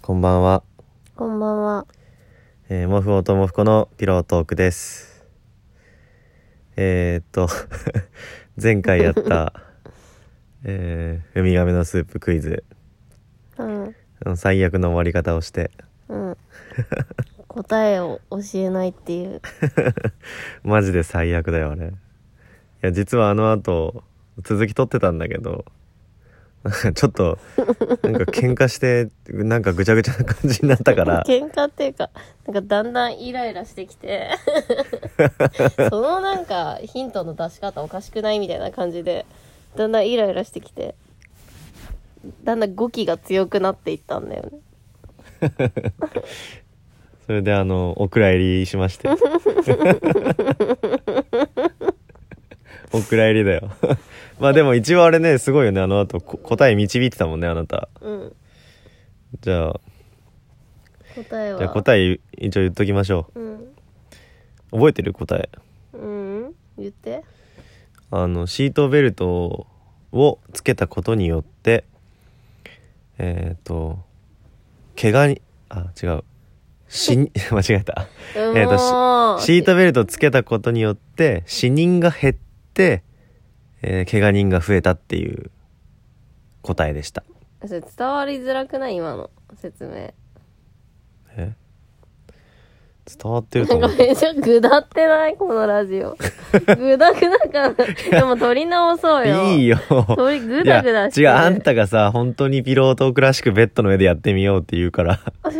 こんばんは、こんばんは。えー、モフオとモフコのピロートークですえー、っと 前回やった えー、ウミガメのスープクイズうん。あの最悪の終わり方をして うん。答えを教えないっていう。マジで最悪だよあれいや実はあの後続き撮ってたんだけどなんかちょっとなんか喧嘩してなんかぐちゃぐちゃな感じになったから 喧嘩っていうか、なんかだんだんイライラしてき て。そのなんかヒントの出し方おかしくないみたいな感じで、だんだんイライラしてきて。だんだん語気が強くなっていったんだよね。それであのお蔵入りしましてお蔵入りだよ まあでも一応あれねすごいよねあの後こ答え導いてたもんねあなたうん。じゃあ答えは。じゃあ答え一応言っときましょうん。う覚えてる答えうん。言って。あのシートベルトをつけたことによってえっ、と怪我にあ違う死に 間違えたえーとしもうシートベルトをつけたことによって死人が減って、えー怪我人が増えたっていう答えでしたそれ伝わりづらくない今の説明。え伝わってると なん思かうめちゃぐだってないこのラジオ。ぐだぐだかな。でも撮り直そうよ。いい よ撮り、ぐいだやぐだして違る。うあんたがさ本当にピロートークらしくベッドの上でやってみようって言うから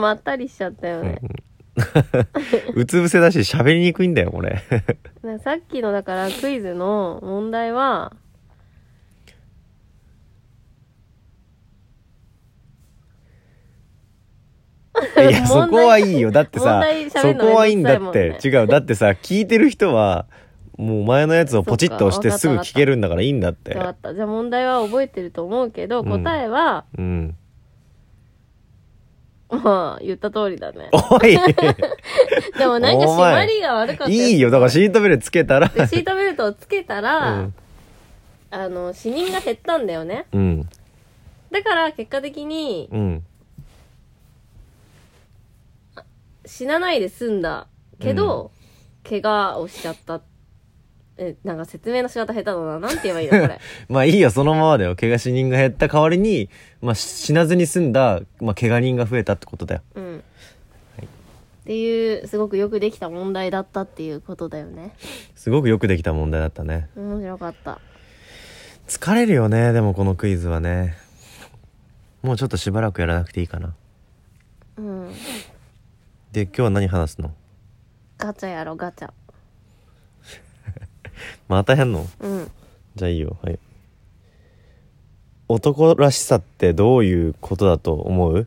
まったりしちゃったよね。 うつ伏せだし喋りにくいんだよこ れなんかさっきのだからクイズの問題は、いやそこはいいよだって問さ題喋そるのこはいいんだめんどっくさいもてんね違うだってさ聞いてる人はもう前のやつをポチッと押してそっかすぐわかった聞けるんだからいいんだってわかった。じゃあ問題は覚えてると思うけど、うん答えは、うんまあ、言った通りだね。おいでもなんかお締前まりが悪かったよいいよだからシートベルトつけたらでシートベルトをつけたら、うんあの、死人が減ったんだよね。うんだから結果的に、うん死なないで済んだけど、怪我をしちゃった。え、なんか説明の仕方下手だな。なんて言えばいい のこれ。まあいいよそのままだよ怪我死人が減った代わりに、まあ、死なずに済んだ、まあ、怪我人が増えたってことだようん。っていう、すごくよくできた問題だったっていうことだよね。すごくよくできた問題だったね面白かった。疲れるよねでもこのクイズはねもうちょっとしばらくやらなくていいかなうん。で今日は何話すのガチャやろ、ガチャ。またやんのうん。 じゃあいいよはい男らしさってどういうことだと思 う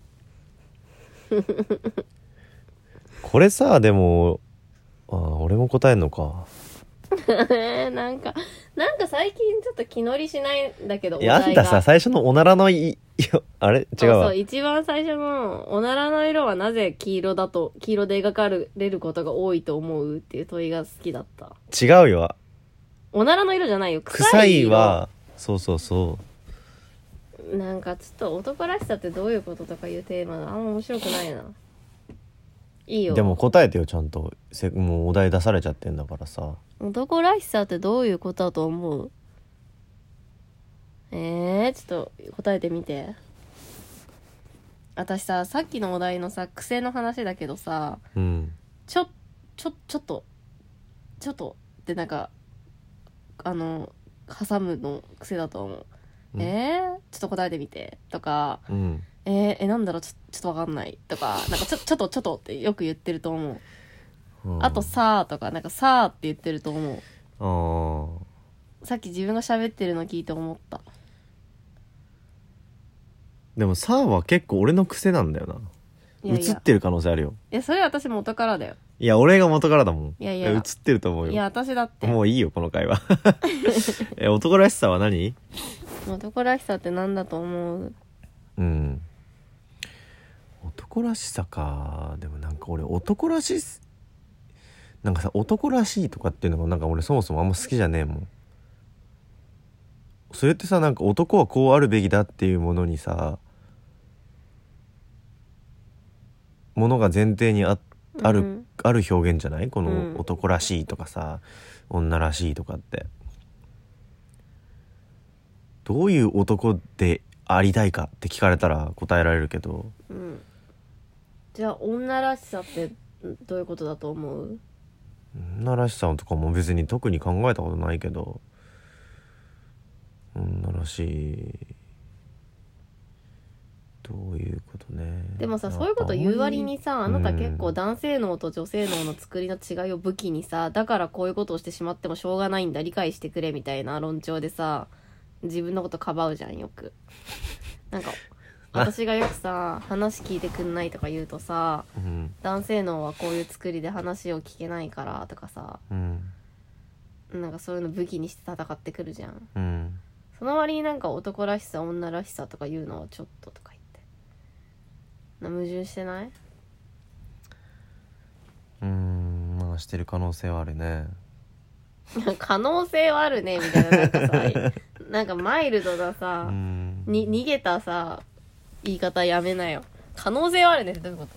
これさでもあー俺も答えんのかえー、なんか、なんか最近ちょっと気乗りしないんだけど、いやあんがたさ最初のおならのい いやあれ違うそうわそう、一番最初の、おならの色はなぜ黄色だと、黄色で描かれることが多いと思うっていう問いが好きだった。違うよおならの色じゃないよ。臭い色はそうそうそなんかちょっと男らしさってどういうこととかいうテーマがあんま面白くないな。いいうよ。でも答えてよちゃんとせもうお題出されちゃってんだからさ男らしさってどういうことだと思うえー、ちょっと答えてみて。私さ、さっきのお題のさ、癖の話だけどさ、うんちょ、ちょ、ちょっと、ちょっとってなんか、あの、挟むの癖だと思う。うんえー、ちょっと答えてみて。とか、うんえー、え、なんだろう、ちょちょっとわかんないとか、なんかちょ、ちょっと、ちょっとってよく言ってると思う。うんあと、さーとか、なんかさーって言ってると思あーう。さっき自分が喋ってるの聞いて思った。でもさは結構俺の癖なんだよないやい映や。ってる可能性あるよいや、それ私元からだよ。いや俺が元からだもんいやいや映ってると思ういよや、私だって。もういいよこの会 話え男らしさは何男らしさってなんだと思ううん男らしさかでもなんか俺男らしいなんかさ男らしいとかっていうのがなんか俺そもそもあんま好きじゃねえもんそれってさなんか男はこうあるべきだっていうものにさものが前提にあある、うんある表現じゃないこうんの男らしいとかさ、女らしいとかってどういう男でありたいかって聞かれたら答えられるけどうんじゃあ女らしさってどういうことだと思う女らしさとかも別に特に考えたことないけど女らしいどういうことねでもさそういうこと言う割にさあんまなりた結う構ん男性脳と女性脳の作りの違いを武器にさだからこういうことをしてしまってもしょうがないんだ理解してくれみたいな論調でさ自分のことかばうじゃんよくなん かあ私がよくさ話聞いてくんないとか言うとさうん男性脳はこういう作りで話を聞けないからとかさうんなんかそういうの武器にして戦ってくるじゃんうんその割になんか男らしさ女らしさとか言うのはちょっととか言ってな矛盾してないうんまあしてる可能性はあるね可能性はあるねみたいななんか さなんかマイルドなうさ、んに逃げたさ言い方やめなよ可能性はあるねってどういうこ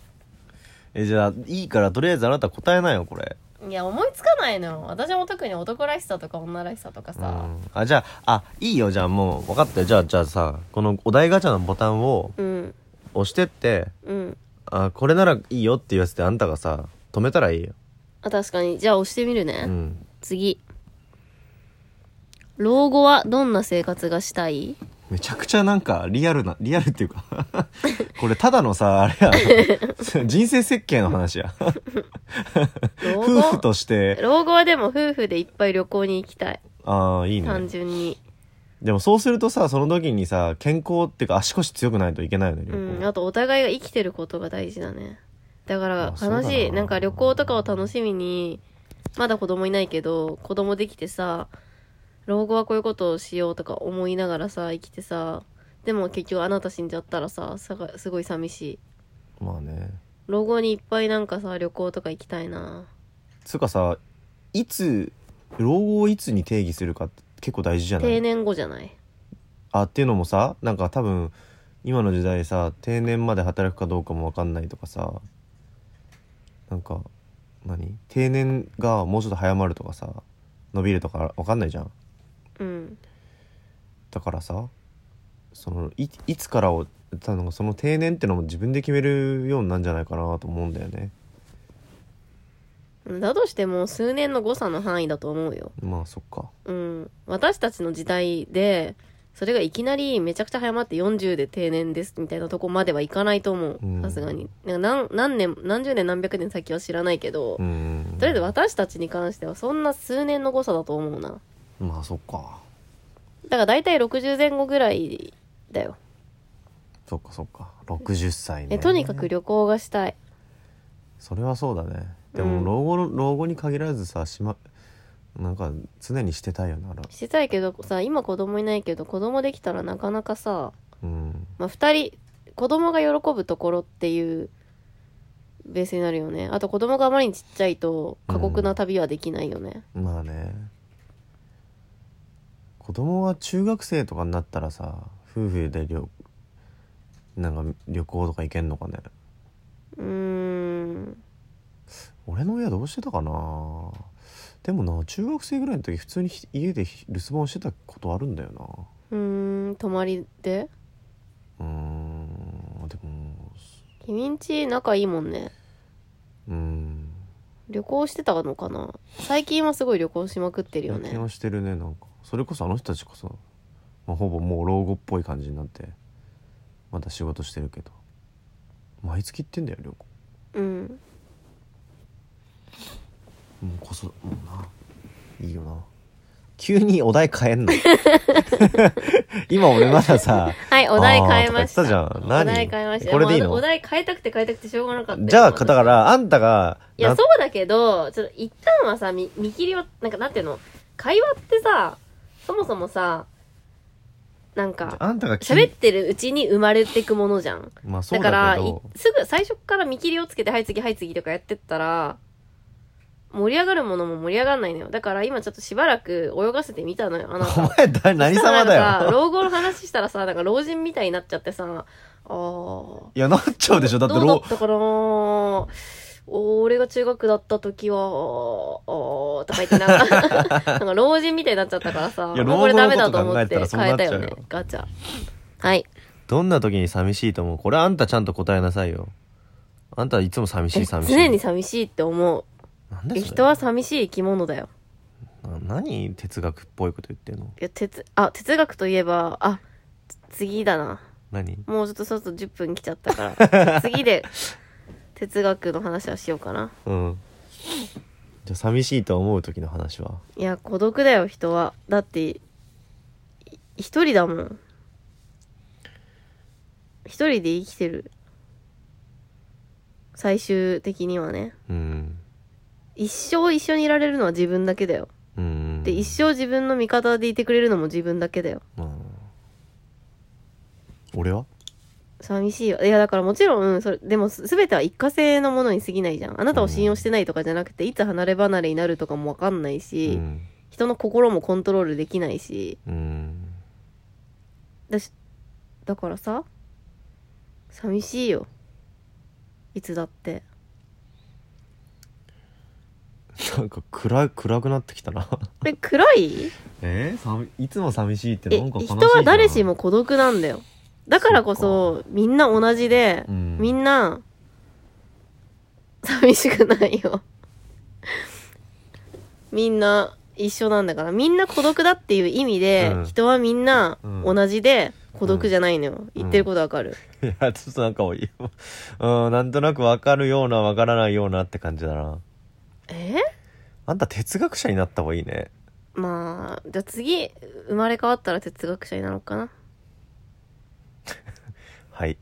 えじゃあいいからとりあえずあなた答えなよこれといや思いつかないのよ私も特に男らしさとか女らしさとかうさんあじゃああいいよじゃあもう分かったよじゃあじゃあさこのお題ガチャのボタンをうん押してってうんあこれならいいよっていうやつであんたがさ止めたらいいよあ確かにじゃあ押してみるね、うん次老後はどんな生活がしたいめちゃくちゃなんかリアルなリアルっていうか これただのさあれや人生設計の話や老夫婦後として老後はでも夫婦でいっぱい旅行に行きたいああいいね単純に、でもそうするとさその時にさ健康っていうか足腰強くないといけないよね旅行うん、あとお互いが生きてることが大事だねだからあそうだな楽しいなんか旅行とかを楽しみにまだ子供いないけど子供できてさ老後はこういうことをしようとか思いながらさ生きてさでも結局あなた死んじゃったらささがすごい寂しいまあね老後にいっぱいなんかさ旅行とか行きたいなつうかさいつ老後をいつに定義するかって結構大事じゃな定い年後じゃないあっていうのもさなんか多分今の時代さ定年まで働くかどうかも分かんないとかさなんか何定年がもうちょっと早まるとかさ伸びるとか分かんないじゃんうんだからさそのいいつからをたのその定年ってのも自分で決めるようになるんじゃないかなと思うんだよねだとしても数年の誤差の範囲だと思うよまあそっかうん、私たちの時代でそれがいきなりめちゃくちゃ早まって40で定年ですみたいなとこまではいかないと思ううんさすがになんか何何年何十年何百年先は知らないけど、うんとりあえず私たちに関してはそんな数年の誤差だと思うなまあそっかだから大体60前後ぐらいだよそっかそっか60歳ねえとにかく旅行がしたいそれはそうだねうでんも老後の、老後に限らずさしまなんか常にしてたいよならしてたいけどさ今子供いないけど子供できたらなかなかさ、うんまあ、2人子供が喜ぶところっていうベースになるよねあと子供があまりにちっちゃいと過酷な旅はできないよね、まあね子供は中学生とかになったらさ夫婦で旅なんか旅行とか行けんのかねうーん俺の親どうしてたかなでもな中学生ぐらいの時普通にひ家でひ留守番してたことあるんだよなうーん泊まりでうーんでも君んち仲いいもんねうーん旅行してたのかな最近はすごい旅行しまくってるよね気はしてるねなんかそれこそあの人たちこそ、まあ、ほぼもう老後っぽい感じになってまた仕事してるけど毎月行ってんだよ旅行うんもうこそもうないいよな急にお題変えんの 今俺まださはいお題変えましたあーとか言ってたじゃん何お題変えましたこれでいいのやもうお題変えたくて変えたくてしょうがなかったよじゃあだからあんたがいや、なそうだけど、ちょっと一旦はさ、見見切りを、なんかなんていうの、会話ってさ、そもそもさ、なんか、あんたが聞い喋ってるうちに生まれていくものじゃん。まあそだうかだら、けいどすぐ最初から見切りをつけて、はい次、はい次とかやってったら、盛り上がるものも盛り上がんないのよ。だから今ちょっとしばらく泳がせてみたのよ、あなた を。お前だ何様なんかだよ老後の話したらさ、なんか老人みたいになっちゃってさ、ああいやなっちゃうでしょだってどうだロったかな俺が中学だった時は、おーとか言ってなんか、 なんか老人みたいになっちゃったからさ、いや老後のこれダメだと思ことっ考えてたらそう変なっえたちゃうよよね、ガチャ。はい。どんな時に寂しいと思うこれあんたちゃんと答えなさいよあんたいつも寂しい寂しい常に寂しいって思う。なんだそれ人は寂しい生き物だよ。な何哲学っぽいこと言ってんのいや、哲、あ、哲学といえば、あ、つ次だな。何もうちょっとそろそろ10分来ちゃった から。次で、哲学の話はしようかな。うんじゃあ寂しいと思う時の話はいや、孤独だよ、人は。だって、い一人だもん。一人で生きてる。最終的にはね。うん一生一緒にいられるのは自分だけだよ。うんで、一生自分の味方でいてくれるのも自分だけだよ。うん俺は寂しいよ。いや、だからもちろん、うんそれ、でもすべては一過性のものに過ぎないじゃん。あなたを信用してないとかじゃなくて、いつ離れ離れになるとかもわかんないうし、ん人の心もコントロールできないし、うんだしだからさ寂しいよいつだってなんか暗い暗くなってきたな え暗いえー、さいつも寂しいってえなんか悲しい人なは誰しも孤独なんだよだからこそみんな同じで、うんみんな寂しくないよみんな一緒なんだからみんな孤独だっていう意味で、うん人はみんなうん同じで孤独じゃないのよ、言ってることわかる、いやちょっとなんかおいうんなんとなくわかるようなわからないようなって感じだなえあんた哲学者になった方がいいねまあ、じゃあ次、生まれ変わったら哲学者になろうかな。はい